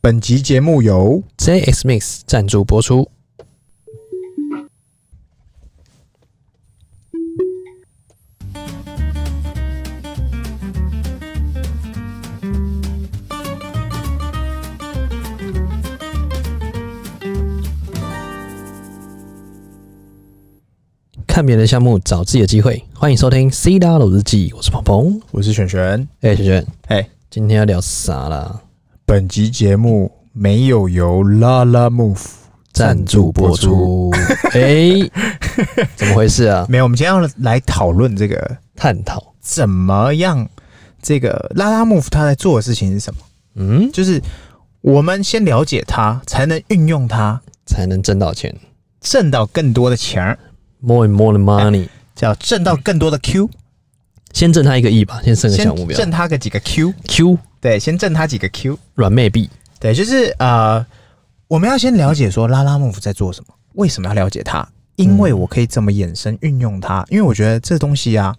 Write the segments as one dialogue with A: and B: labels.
A: 本集节目由
B: JX Mix 赞助播出。看别人的项目，找自己的机会。欢迎收听《C W 日记》，我是鹏鹏。
A: 我是璇璇。
B: 哎、璇璇，
A: 哎，
B: 今天要聊啥啦？
A: 本集节目没有由 La La Move
B: 赞助 播，出。哎、怎么回事啊？
A: 没有，我们今天要来讨论这个
B: 探讨。
A: 怎么样，这个 La La Move 他在做的事情是什么？
B: 嗯，
A: 就是我们先了解它，才能运用它，
B: 才能挣到钱。
A: 挣到更多的钱儿，
B: More and more the money，、
A: 叫挣到更多的 Q，
B: 先挣他一个亿吧，先设个
A: 先
B: 小目标。
A: 挣他个几个 Q，
B: Q
A: 对，先挣他几个 Q。
B: 软妹币，
A: 对，就是呃，我们要先了解说拉拉幕府在做什么，为什么要了解它？因
B: 嗯
A: 为我可以这么衍生运用它，因为我觉得这东西啊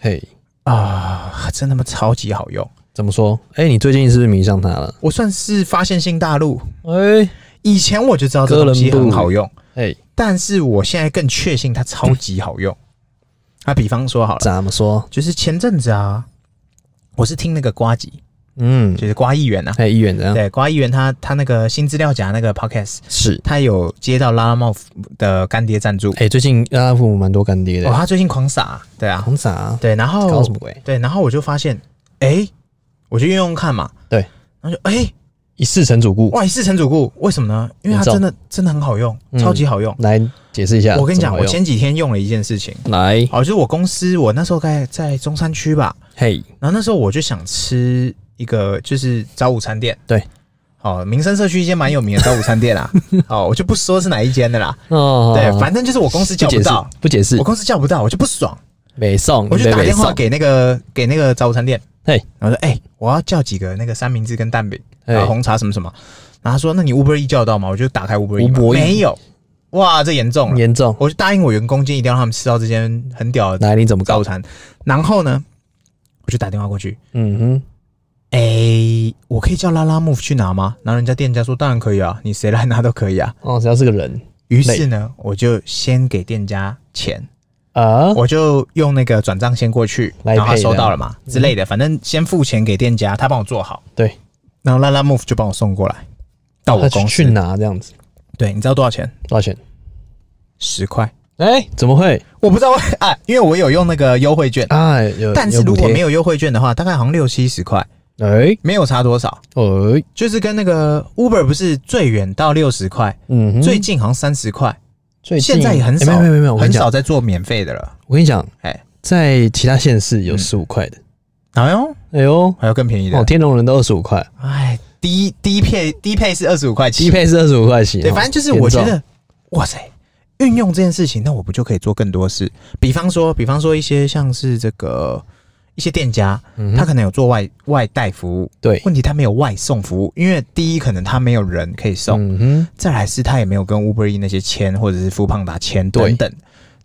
B: 嘿、
A: 啊、真他妈超级好用。
B: 怎么说？哎、你最近是不是迷上他了？
A: 我算是发现新大陆，
B: 哎、
A: 以前我就知道这
B: 哥
A: 东
B: 伦
A: 西很
B: 布
A: 好用，
B: 哎，
A: 但是我现在更确信它超级好用。啊，比方说好了，
B: 怎么说？
A: 就是前阵子啊，我是听那个瓜吉，
B: 嗯，
A: 就是瓜议员啊，
B: 哎、议员怎样？
A: 对，瓜议员他他那个新资料夹那个 podcast，
B: 是，
A: 他有接到拉拉幕府的干爹赞助，
B: 哎、最近阿拉父母蛮多干爹的
A: 哦，，他最近狂撒，对啊，
B: 红啥？
A: 对，然
B: 搞
A: 后
B: 什么鬼？
A: 对，然后我就发现，哎、我就运用看嘛，
B: 对，
A: 然后就哎、诶
B: 一世成主顾，
A: 哇，一世成主顾，为什么呢？因为它
B: 我知道
A: 真的真的很好用，
B: 嗯
A: 超级好用。
B: 来解释一下。
A: 我跟你讲，
B: 怎么
A: 我
B: 用
A: 前几天用了一件事情，
B: 来，
A: 哦，就是我公司，我那时候在在中山区吧，
B: 嘿，
A: 然后那时候我就想吃一个，就是早午餐店，
B: 对。
A: 哦，民生社区一间蛮有名的早午餐 店啦、哦，我就不说是哪一间的啦。
B: 哦，
A: 对，反正就是我公司
B: 不
A: 叫
B: 解
A: 不
B: 释
A: 到，，
B: 不解释
A: 我，公司叫不到，我就不爽。
B: 北宋，
A: 我就打
B: 北
A: 电话
B: 宋，
A: 给那个给那个早午餐店，
B: 嘿，
A: 然后说，哎、我要叫几个那个三明治跟蛋饼，
B: 哎
A: 然后红茶什么什么，然后他说，那你 Uber E 叫得到吗？我就打开 Uber E，嘛
B: Uber Eats
A: 没有，哇，这严重了，
B: 严重，
A: 我就答应我员工今天一定要让他们吃到这间很屌的
B: 来，你怎么
A: 早
B: 搞
A: 午？餐，然后呢，我就打电话过去，
B: 嗯哼，
A: 哎、我可以叫拉拉 move 去拿吗？然后人家店家说，当然可以啊，你谁来拿都可以啊。
B: 哦，只要是个人
A: 于是呢，我就先给店家钱，
B: 啊，
A: 我就用那个转账先过去，
B: 来
A: 然后他
B: pay
A: 收
B: 的
A: 到了嘛之类的，反正先付钱给店家，他帮我做好，
B: 对，
A: 然后拉拉 move 就帮我送过来到我
B: 他
A: 公
B: 去
A: 司
B: 去。拿这样子，
A: 对，你知道多少钱？
B: 多少钱？
A: 十块。
B: 哎、怎么会？
A: 我不知道 啊，因为我有用那个优惠券，
B: 哎，有，
A: 但是如果没
B: 有
A: 啊有优惠券的话，大概好像六七十块，
B: 补贴，哎、
A: 没有差多少。
B: 哎、
A: 就是跟那个 Uber 不是最远到六十块，
B: 嗯哼，
A: 最近好像三十块，
B: 最近
A: 现在也很
B: 哎
A: 少，
B: 没有没有没有，我跟
A: 很
B: 你
A: 少
B: 讲，
A: 在做免费的了。
B: 我跟你讲，
A: 哎，
B: 在其他县市有
A: 嗯
B: 十五块的，
A: 哎呦，
B: 哎呦，
A: 还有更便宜
B: 哦，
A: 的，
B: 天龙人都二十五块，
A: 哎，低低配低配是二十五块起
B: 低，配是二十五块起，
A: 对，
B: 哦
A: 反正就是我觉，
B: 严重
A: 得，哇塞，运用这件事情，那我不就可以做更多事？比方说，比方说一些像是这个一些店家，
B: 嗯哼
A: 他可能有做外外带服务，
B: 对，
A: 问题他没有外送服务，因为第一可能他没有人可以送，
B: 嗯哼，
A: 再来是他也没有跟 Uber E 那些签或者是富胖达签
B: 对
A: 等等。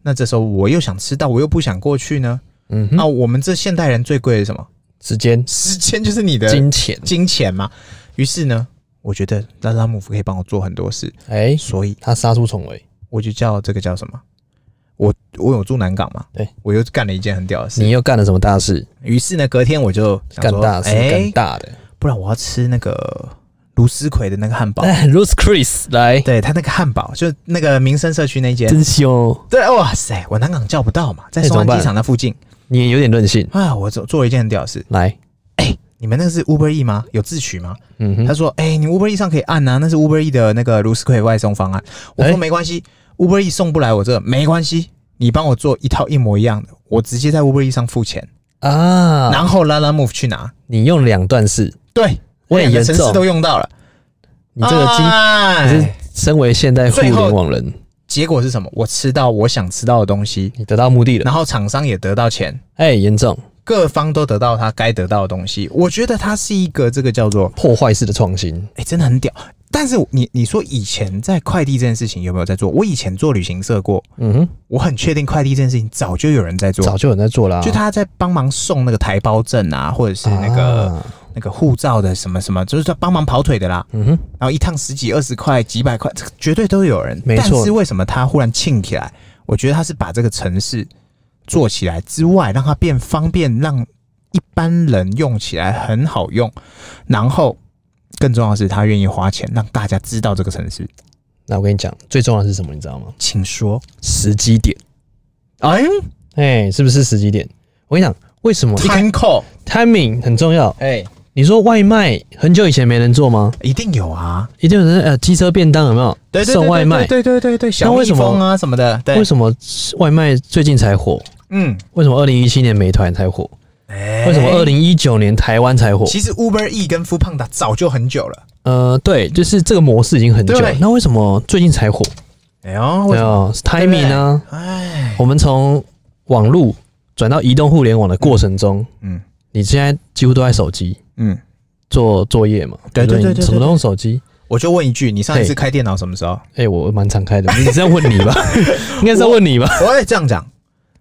A: 那这时候我又想吃到，我又不想过去呢。
B: 嗯
A: 那、
B: 哼，
A: 我们这现代人最贵的是什么？
B: 时间、
A: 时间就是你的
B: 金钱，
A: 金钱嘛。于是呢，我觉得拉拉姆夫可以帮我做很多事，
B: 哎、
A: 所以
B: 他杀出重围，
A: 我就叫这个叫什么？我我有住南港嘛？
B: 对，
A: 我又干了一件很屌的事
B: 你。又干了什么大事？
A: 于是呢，隔天我就想
B: 干
A: 说
B: 大事，
A: 哎、
B: 干大的，
A: 不然我要吃那个卢思奎的那个汉堡。
B: 哎，Rose Chris 来，
A: 对他那个汉堡，就那个民生社区那间。
B: 真哦香，
A: 对，哇塞，我南港叫不到嘛，在
B: 哎
A: 松
B: 怎么
A: 山
B: 办
A: 机场那附近
B: 你也有点任性，
A: 啊，我做做了一件很屌的事。
B: 来，
A: 你们那个是 Uber E 吗？有自取吗？
B: 嗯哼
A: 他，说，哎、你 Uber E 上可以按啊，那是 Uber E 的那个卢思奎外送方案。我说
B: 哎
A: 没关系、u b e r E 送不来我这没关系，你帮我做一套一模一样的，我直接在 Uber E 上付钱，
B: 啊，
A: 然后拉拉 Move 去拿。哎
B: 你用两段式，
A: 对，我
B: 喂
A: 两个
B: 严
A: 城市
B: 重
A: 都用到了。
B: 你这个金可是
A: 哎
B: 身为现代互
A: 最后
B: 联网人，
A: 结果是什么？我吃到我想吃到的东西，
B: 你得到目的了。
A: 然后厂商也得到钱，
B: 哎，严重
A: 各方都得到他该得到的东西。我觉得它是一个这个叫做
B: 破坏式的创新，
A: 哎、真的很屌。但是你你说以前在快递这件事情有没有在做？我以前做旅行社过，
B: 嗯哼，
A: 我很确定快递这件事情早就有人在做，
B: 早就有人在做啦、
A: 就他在帮忙送那个台胞证啊，或者是那个、
B: 啊、
A: 那个护照的什么什么，就是说帮忙跑腿的啦，
B: 嗯哼，
A: 然后一趟十几、二十块、几百块，这个绝对都有人。
B: 没错
A: 但是为什么他忽然庆起来？我觉得他是把这个城市做起来之外，让它变方便，让一般人用起来很好用。然后更重要的是，他愿意花钱让大家知道这个城市。
B: 那我跟你讲，最重要的是什么，你知道吗？
A: 请说，
B: 时机点，
A: 哎，
B: 哎、是不是时机点？我跟你讲，为什么
A: 参考，
B: timing 很重要？
A: 哎，
B: 你说外卖很久以前没人做吗？
A: 一定有啊。
B: 一定有人呃，机车便当有没有？
A: 对对对
B: 送外卖，
A: 对对对对对，小
B: 为
A: 蜜
B: 什么
A: 蜂啊什么的，对
B: 为，什么外卖最近才火？
A: 嗯，
B: 为什么二零一七年美团才火？为
A: 为
B: 什么二？零一九年台湾才火？
A: 哎其实 Uber E 跟 f o o Panda 早就很久了。
B: 呃，对，就是这个模式已经很久了
A: 对。
B: 那为什么最近才火？
A: 哎呦，为
B: 对
A: 什么？
B: 啊
A: 不对
B: ，timing 呢？
A: 哎，
B: 我们从网络转到移动互联网的过程中，
A: 嗯
B: 你现在几乎都在手机
A: 嗯，
B: 做作业嘛？
A: 对对
B: 不
A: 对对
B: 你什么都用手机。
A: 我就问一句，你上一次开电脑什么时候？
B: 哎、我蛮常开的，你是要问 你吧？ 应该是要问你吧？
A: 我也这样讲，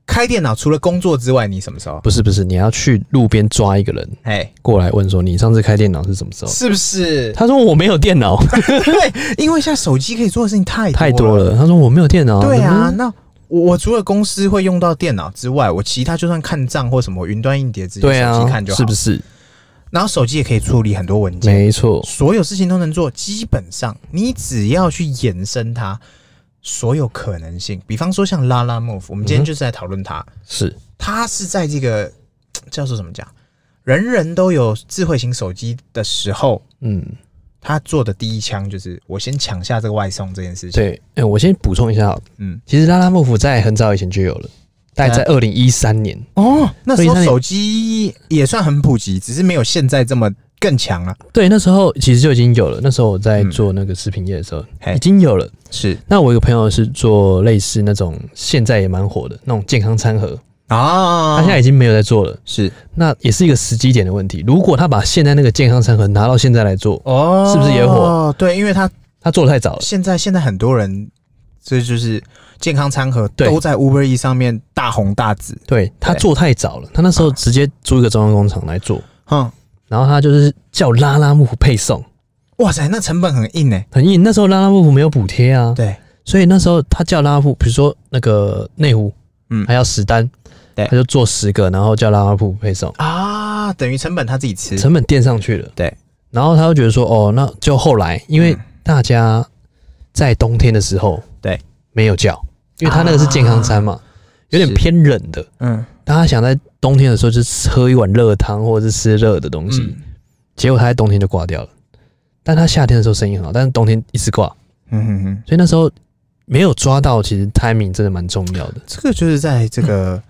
A: 开电脑除了工作之外，你什么时候？
B: 不是不是，你要去路边抓一个人
A: 哎，
B: 过来问说，你上次开电脑是什么时候？
A: 是不是？
B: 他说我没有电脑，
A: 对，因为现在手机可以做的事情太
B: 太
A: 多
B: 多。了。他说我没有电脑，
A: 啊对啊，
B: 嗯，
A: 那我我除了公司会用到电脑之外，我其他就算看账或什么，我云端硬碟直接
B: 对
A: 手
B: 啊
A: 机看就，好，
B: 是不？嗯是？
A: 然后手机也可以处理很多文件，
B: 没错，
A: 所有事情都能做。基本上你只要去延伸它所有可能性，比方说像拉拉 move，我们今
B: 嗯
A: 天就是在讨论它。
B: 是
A: 它是在这个叫做怎么讲，人人都有智慧型手机的时候，
B: 嗯，
A: 他做的第一枪就是我先抢下这个外送这件事情。
B: 对。哎、我先补充一下好了，
A: 嗯，啊
B: 其实拉拉木府在很早以前就有了，大概在二零一三年。
A: 哦，那时
B: 所
A: 候
B: 以它
A: 手机也算很普及，只是没有现在这么更强了、
B: 对，那时候其实就已经有了。那时候我在做那个食品业的时候，
A: 嗯嘿
B: 已经有了。
A: 是
B: 那我有个朋友是做类似那种现在也蛮火的那种健康餐盒，
A: 啊，
B: 他现在已经没有在做了。
A: 是
B: 那也是一个时机点的问题。如果他把现在那个健康餐盒拿到现在来做，
A: 哦，
B: 是不是也火？
A: 对，因为他
B: 他做的太早了。
A: 现在现在很多人，这就是健康餐盒
B: 对
A: 都在 Uber E 上面大红大紫。
B: 对他
A: 对
B: 做太早了，他那时候直接租一个中央工厂来做，
A: 哼，
B: 然后他就是叫拉拉木府配送，
A: 哇塞，那成本很硬哎、
B: 很硬。那时候拉拉木府没有补贴啊，
A: 对，
B: 所以那时候他叫拉拉布，比如说那个内湖，
A: 嗯
B: 嗯，还要十单，
A: 对
B: 他就做十个，然后叫拉拉布配送，
A: 啊，等于成本他自己吃。
B: 成本垫上去了，
A: 对，
B: 然后他就觉得说，哦，那就后来，因为
A: 嗯
B: 大家在冬天的时候，
A: 对，啊
B: 没有叫，因为他那个是健康餐嘛，有点
A: 是
B: 偏冷的，
A: 嗯，
B: 大家想在冬天的时候就是喝一碗热汤或者是吃热的东西，
A: 嗯
B: 结果他在冬天就挂掉了，但他夏天的时候生意很好，但是冬天一直挂，
A: 嗯哼哼，
B: 所以那时候没有抓到，其实 timing 真的蛮重要的。
A: 这个就是在这个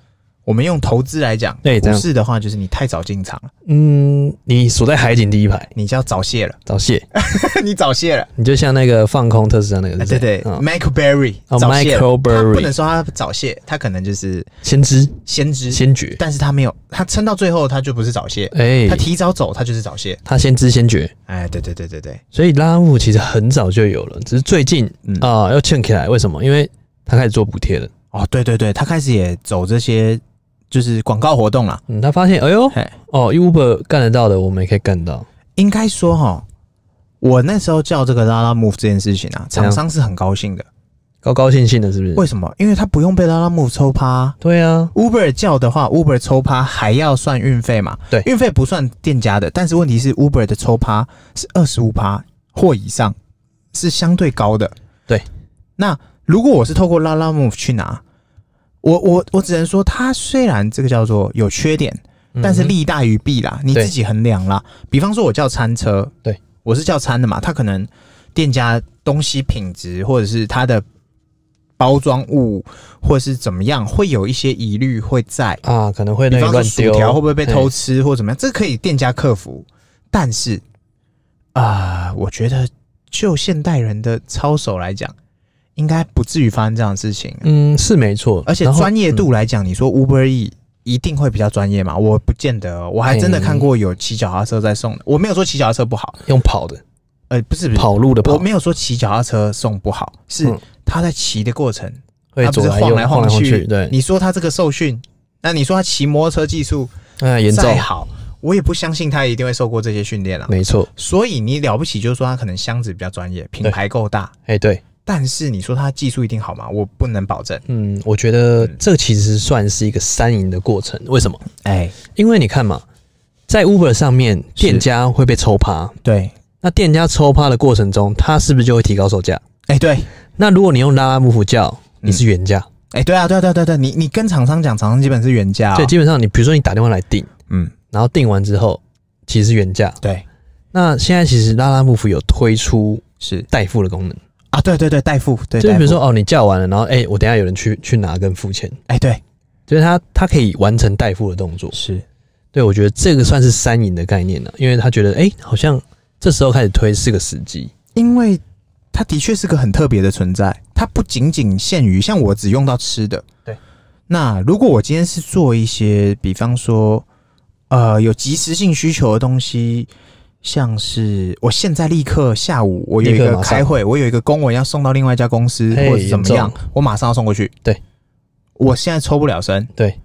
A: 我们用投资来讲，
B: 对这
A: 股
B: 样
A: 市的话就是你太早进场了，
B: 嗯，你锁在海景第一排
A: 你就要早泄了，
B: 早泄，
A: 你早泄了，
B: 你就像那个放空特斯拉那个
A: 哎
B: 是谁，
A: 对对
B: 嗯
A: ，Michael Berry
B: 哦
A: 早泄了
B: ，Michael
A: 他不能
B: Burry
A: 说他早泄，他可能就是
B: 先知
A: 先知，
B: 先觉，
A: 但是他没有，他撑到最后他就不是早泄，
B: 哎
A: 他，提早走他就是早泄，
B: 他先知先觉，
A: 哎，对对对对对，
B: 所以拉拉木其实很早就有了，只是最近
A: 嗯
B: 啊要欠起来，为什么？因为他开始做补贴了，
A: 哦对对对，他开始也走这些就是广告活动啦，
B: 嗯，他发现，哎呦，
A: 嘿
B: 哦，Uber 干得到的，我们也可以干到，
A: 应该说哈。我那时候叫这个拉拉 move 这件事情啊，
B: 怎样
A: 厂商是很高兴的，
B: 高高兴兴的，是不是？
A: 为什么？因为他不用被拉拉木抽趴啊。
B: 对啊，
A: Uber 叫的话，Uber 抽趴还要算运费嘛？
B: 对
A: 运费不算店家的，但是问题是 Uber 的抽趴是二十五趴或以上，是相对高的。
B: 对，
A: 那如果我是透过拉拉 move 去拿，我我我只能说，它虽然这个叫做有缺点，但是
B: 嗯
A: 利大于弊啦，你
B: 对
A: 自己衡量啦。比方说，我叫餐车，
B: 对，
A: 我是叫餐的嘛，他可能店家东西品质或者是它的包装物或是怎么样，会有一些疑虑会在。
B: 啊，可能会
A: 比
B: 那个
A: 方说
B: 乱
A: 薯
B: 丢，
A: 条会不会被偷
B: 嘿？
A: 吃或怎么样，这可以店家客服。但是啊、我觉得就现代人的操守来讲，应该不至于发生这样的事情。
B: 嗯，是没错，
A: 而且
B: 然后嗯
A: 专业度来讲，你说 Uber E 一定会比较专业嘛？我不见得哦，我还真的看过有骑脚踏车在送的。我没有说骑脚踏车不好，
B: 用跑的，
A: 呃，不是不是，
B: 跑路的
A: 我
B: 跑，
A: 没有说骑脚踏车送不好，是
B: 嗯
A: 他在骑的过程，
B: 会
A: 他不
B: 左
A: 是
B: 右
A: 晃来
B: 晃
A: 去。
B: 去，对，
A: 你说他这个受训，那你说他骑摩托车技术
B: 哎，严重
A: 再好，我也不相信他一定会受过这些训练啊。
B: 没错，
A: 所以你了不起，就是说他可能箱子比较专业，品牌够大，
B: 哎，对，
A: 但是你说他技术一定好吗？我不能保证。
B: 嗯，我觉得这其实算是一个三赢的过程。为什么？
A: 哎，
B: 因为你看嘛，在 Uber 上面，
A: 是
B: 店家会被抽趴，
A: 对，
B: 那店家抽趴的过程中，他是不是就会提高售价？
A: 哎对，
B: 那如果你用拉拉木虎叫，你是原价，
A: 哎对啊，对啊对啊对啊对啊，你你跟厂商讲，厂商基本是原价、哦。
B: 对，基本上你比如说你打电话来订，
A: 嗯，
B: 然后订完之后其实是原价。
A: 对，
B: 那现在其实拉拉木虎有推出
A: 是
B: 代付的功能，
A: 啊，对对对，代付，对，
B: 就
A: 代
B: 比如
A: 付
B: 说哦，你叫完了，然后哎、我等一下有人去去拿跟付钱，
A: 哎对，
B: 就是他他可以完成代付的动作。
A: 是，
B: 对，我觉得这个算是三赢的概念了、因为他觉得哎、好像这时候开始推是个时机。
A: 因为它的确是个很特别的存在，它不仅仅限于像我只用到吃的。
B: 对，
A: 那如果我今天是做一些，比方说，呃，有即时性需求的东西，像是我现在立刻下午我有一
B: 立刻
A: 个
B: 马上
A: 开会，我有一个公文要送到另外一家公司
B: 嘿
A: 或者怎么样
B: 严，
A: 我马上要送过去。
B: 对，
A: 我现在抽不了身，
B: 对，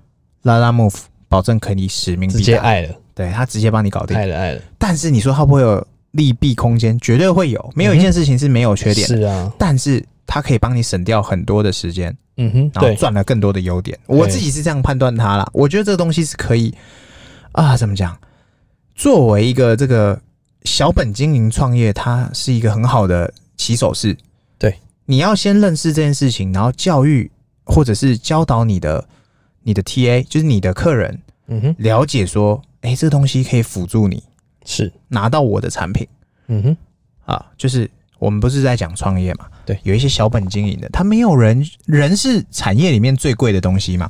A: 拉拉 move 保证可以使命
B: 直
A: 必
B: 接
A: 达，
B: 爱了，
A: 对他直接帮你搞定。
B: 爱了，爱了，
A: 但是你说它会不会有利弊空间？绝对会有，没有一件事情是没有缺点的。
B: 是啊，
A: 但是它可以帮你省掉很多的时间，
B: 嗯哼，
A: 然后
B: 对，
A: 赚了更多的优点。我自己是这样判断它啦，我觉得这个东西是可以啊，怎么讲？作为一个这个小本经营创业，它是一个很好的起手式。
B: 对，
A: 你要先认识这件事情，然后教育或者是教导你的你的 TA，就是你的客人
B: 嗯哼，
A: 了解说，诶，这个东西可以辅助你
B: 是，
A: 拿到我的产品。
B: 嗯哼，
A: 啊，就是我们不是在讲创业嘛？
B: 对
A: 有一些小本经营的，他没有人，人是产业里面最贵的东西嘛。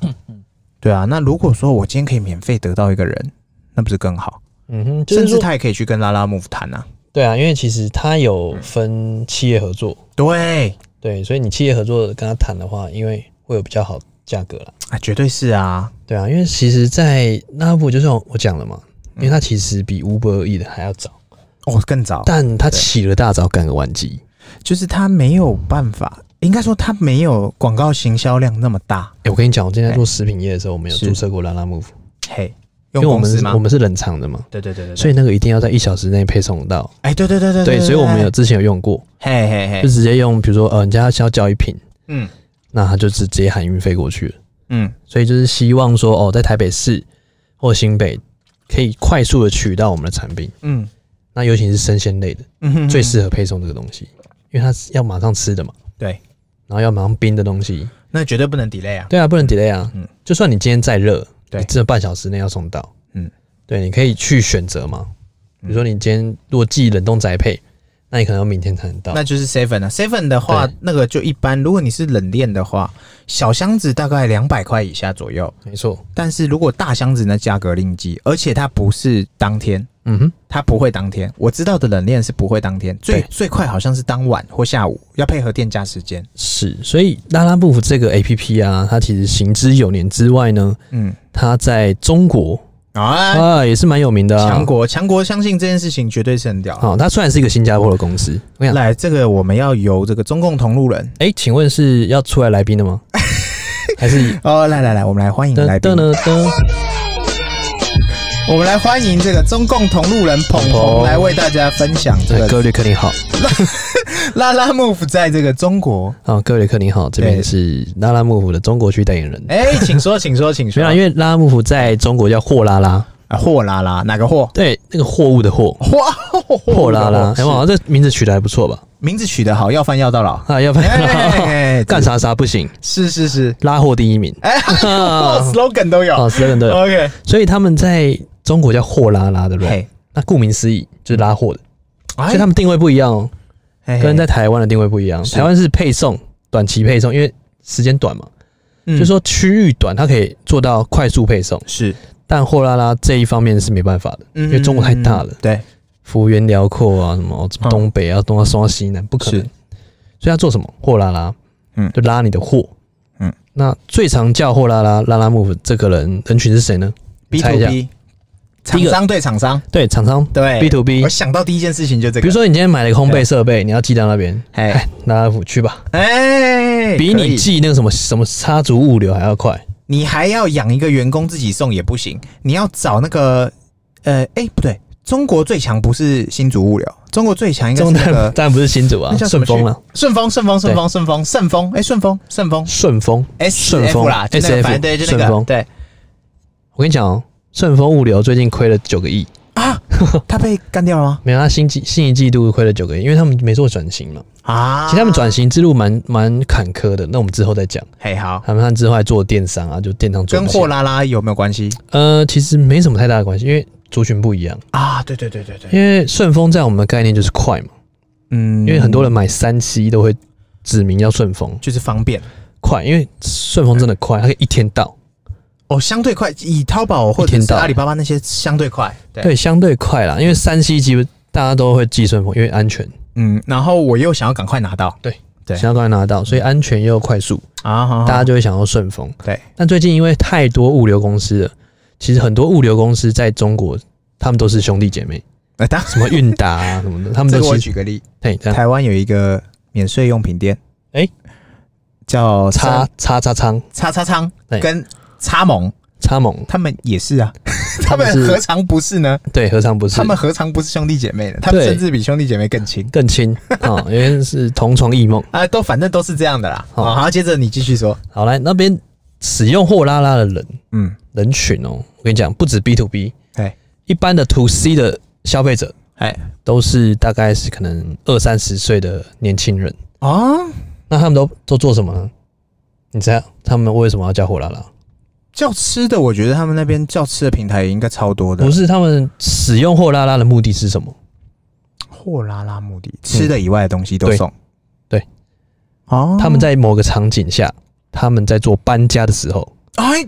A: 对啊，那如果说我今天可以免费得到一个人，那不是更好？
B: 嗯哼，就
A: 甚
B: 是
A: 至
B: 说，
A: 他也可以去跟拉拉木谈啊。
B: 对啊，因为其实他有分企业合作，
A: 对
B: 对，所以你企业合作跟他谈的话，因为会有比较好价格啦。
A: 啊，绝对是啊。
B: 对啊，因为其实，在那部就是我讲了嘛，因为它其实比 Uber E 的还要早，
A: 哦，更早，
B: 但它
A: 对
B: 起了大早赶个晚集。
A: 就是他没有办法，应该说他没有广告行销量那么大。
B: 哎、我跟你讲，我之前在做食品业的时候，我们有注册过拉拉 Move，
A: 嘿，
B: 因
A: 用
B: 为我
A: 公
B: 们
A: 司
B: 是
A: 吗
B: 我？们是冷藏的嘛，
A: 对对对对，
B: 所以那个一定要在一小时内配送到。
A: 哎，对对对对
B: 对，所以我们有之前有用过，
A: 嘿嘿
B: 就
A: 嘿，
B: 直接用，比如说呃，人家要交一瓶，
A: 嗯
B: 那他就直直接含运费过去了。
A: 嗯，
B: 所以就是希望说哦，在台北市或新北可以快速的取到我们的产品，
A: 嗯
B: 那尤其是生鲜类的，
A: 嗯哼，
B: 最适合配送这个东西，因为它是要马上吃的嘛，
A: 对，
B: 然后要马上冰的东西，
A: 那绝对不能 delay 啊。
B: 对啊，不能 delay 啊，
A: 嗯
B: 就算你今天再热，
A: 对
B: 你只有半小时内要送到，
A: 嗯，
B: 对，你可以去选择嘛，比如说你今天如果寄冷冻宅配，那你可能要明天才能到，
A: 那就是 seven 啊，seven 的话
B: 对，
A: 那个就一般。如果你是冷链的话，小箱子大概两百块以下左右，
B: 没错，
A: 但是如果大箱子，那价格另计。而且它不是当天，
B: 嗯哼，
A: 它不会当天。我知道的冷链是不会当天，最
B: 对
A: 最快好像是当晚或下午，要配合店家时间。
B: 是，所以拉拉布这个 A P P 啊，它其实行之有年之外呢，
A: 嗯，
B: 它在中国
A: 啊，
B: 啊，也是蛮有名的、啊。
A: 强国强国相信这件事情绝对是很屌。
B: 好、它虽然是一个新加坡的公司，我想，
A: 来，这个我们要由这个中共同路人。
B: 哎、请问是要出来来宾 的吗？还是
A: 哦，来来来，我们来欢迎
B: 噔
A: 来宾
B: 噔，噔噔？
A: 我们来欢迎这个中共同路人捧
B: 捧
A: 红
B: 红
A: 来为大家分享这
B: 哎
A: 个
B: 各位旅客您好，
A: 拉拉 move 在这个中国，
B: 啊、各位旅客您好，这
A: 对
B: 边是拉拉幕府的中国区代言人。
A: 哎、请说，请说，请
B: 没
A: 说。
B: 有啦，因为拉拉幕府在中国叫货拉拉，
A: 啊，货拉拉哪个货？
B: 对，那个货物的货，
A: 哇，
B: 货拉拉，
A: 是
B: 哎哇，这名字取得还不错吧？
A: 名字取得好，要饭要到老。
B: 啊，要不
A: 哎、
B: 然 干
A: 啥？
B: 啥啥不行，
A: 是是是，
B: 拉货第一名。
A: 哎、
B: 啊
A: 哦 slogan 都有。
B: 哦，是真的，
A: OK，
B: 所以他们在中国叫货拉拉，对不对？
A: 嘿，
B: 那顾名思义就是拉货的，所
A: 哎
B: 以他们定位不一样哦。
A: 嘿嘿
B: 跟在台湾的定位不一样。
A: 是
B: 台湾是配送，短期配送，因为时间短嘛，
A: 嗯
B: 就说区域短，它可以做到快速配送。
A: 是，
B: 但货拉拉这一方面是没办法的，
A: 因
B: 因为中国太大了
A: 对，
B: 幅员辽阔啊，什么
A: 嗯
B: 东北啊，东到送到西南，不可能
A: 是。
B: 所以他做什么？货拉拉，
A: 嗯
B: 就拉你的货，
A: 嗯。
B: 那最常叫货拉拉拉拉 move 这个人人群是谁呢？
A: B
B: 猜
A: to
B: 一下
A: B，
B: 第
A: 厂
B: 一个
A: 商对厂商，
B: 对，厂商
A: 对
B: B to B
A: 哎我。想到第一件事情就这个，
B: 比如说你今天买了一个烘焙设备，你要寄到那边，
A: 哎
B: 哎，拉拉姆去吧，
A: 哎，
B: 比
A: 可以
B: 你寄那个什么什么插足物流还要快。
A: 你还要养一个员工自己送也不行，你要找那个呃，哎、不对，中国最强不是新竹物流，中国最强应该是
B: 中
A: 那
B: 当然
A: 个
B: 当然不是新竹啊
A: 那，叫什
B: 顺
A: 么
B: 丰了，
A: 顺丰，顺丰，顺丰，顺丰，顺丰，哎，顺丰，顺丰
B: 顺丰。
A: ，S
B: 顺丰
A: F 啦，就那个
B: SF
A: 反正对，就那
B: 顺
A: 个
B: 丰
A: 对
B: 我跟你讲哦，顺丰物流最近亏了九个亿，
A: 啊，他被干掉了吗？
B: 没有，他新季新一季度亏了九个亿，因为他们没做转型嘛。
A: 啊，
B: 其实他们转型之路蛮蛮坎坷的，那我们之后再讲。
A: 啊嘿好，
B: 他们他们之后还做电商啊，就电商做
A: 跟
B: 不起
A: 货拉拉有没有关系
B: 呃，其实没什么太大的关系，因为族群不一样。
A: 啊？对对对对对，
B: 因为顺丰在我们的概念就是快嘛，
A: 嗯
B: 因为很多人买三七都会指明要顺丰
A: 就是方便
B: 快，因为顺丰真的快，它可以一天到。
A: 哦，相对快，以淘宝或者
B: 一天
A: 是
B: 到
A: 阿里巴巴那些相对快，对，
B: 对，相对快啦，因为三 C 基本大家都会寄顺丰，因为安全，
A: 嗯，然后我又想要赶快拿到对
B: 想要赶快拿到，所以安全又快速，
A: 啊，好好
B: 大家就会想要顺丰。
A: 对，
B: 但最近因为太多物流公司了，其实很多物流公司在中国，他们都是兄弟姐妹，
A: 呃，当
B: 什么韵达啊什么的，他们
A: 这
B: 都
A: 个我
B: 其实
A: 举个例，
B: 对这样
A: 台湾有一个免税用品店，
B: 哎
A: 叫
B: 叉叉叉仓
A: 叉叉仓
B: 对
A: 跟叉盟，
B: 叉猛，
A: 他们也是啊， 他
B: 们
A: 们
B: 是
A: 何尝不是呢？
B: 对，何尝不是？
A: 他们何尝不是兄弟姐妹呢？他们
B: 对
A: 甚至比兄弟姐妹更亲
B: 更亲啊、因为是同床异梦。
A: 啊，都反正都是这样的啦。
B: 好
A: 好，好，接着你继续说，
B: 好来那边使用货拉拉的人
A: 嗯，
B: 人群哦，我跟你讲，不止 B to B，
A: 哎
B: 一般的 to C 的消费者
A: 哎
B: 都是大概是可能二三十岁的年轻人，
A: 啊，
B: 那他们都都做什么呢？你知道他们为什么要叫货拉拉？
A: 叫吃的，我觉得他们那边叫吃的平台也应该超多的，
B: 不是他们使用货拉拉的目的是什么？
A: 货拉拉目的，吃的以外的东西都
B: 对
A: 送。
B: 对，
A: 哦，
B: 他们在某个场景下，他们在做搬家的时候，
A: 哎，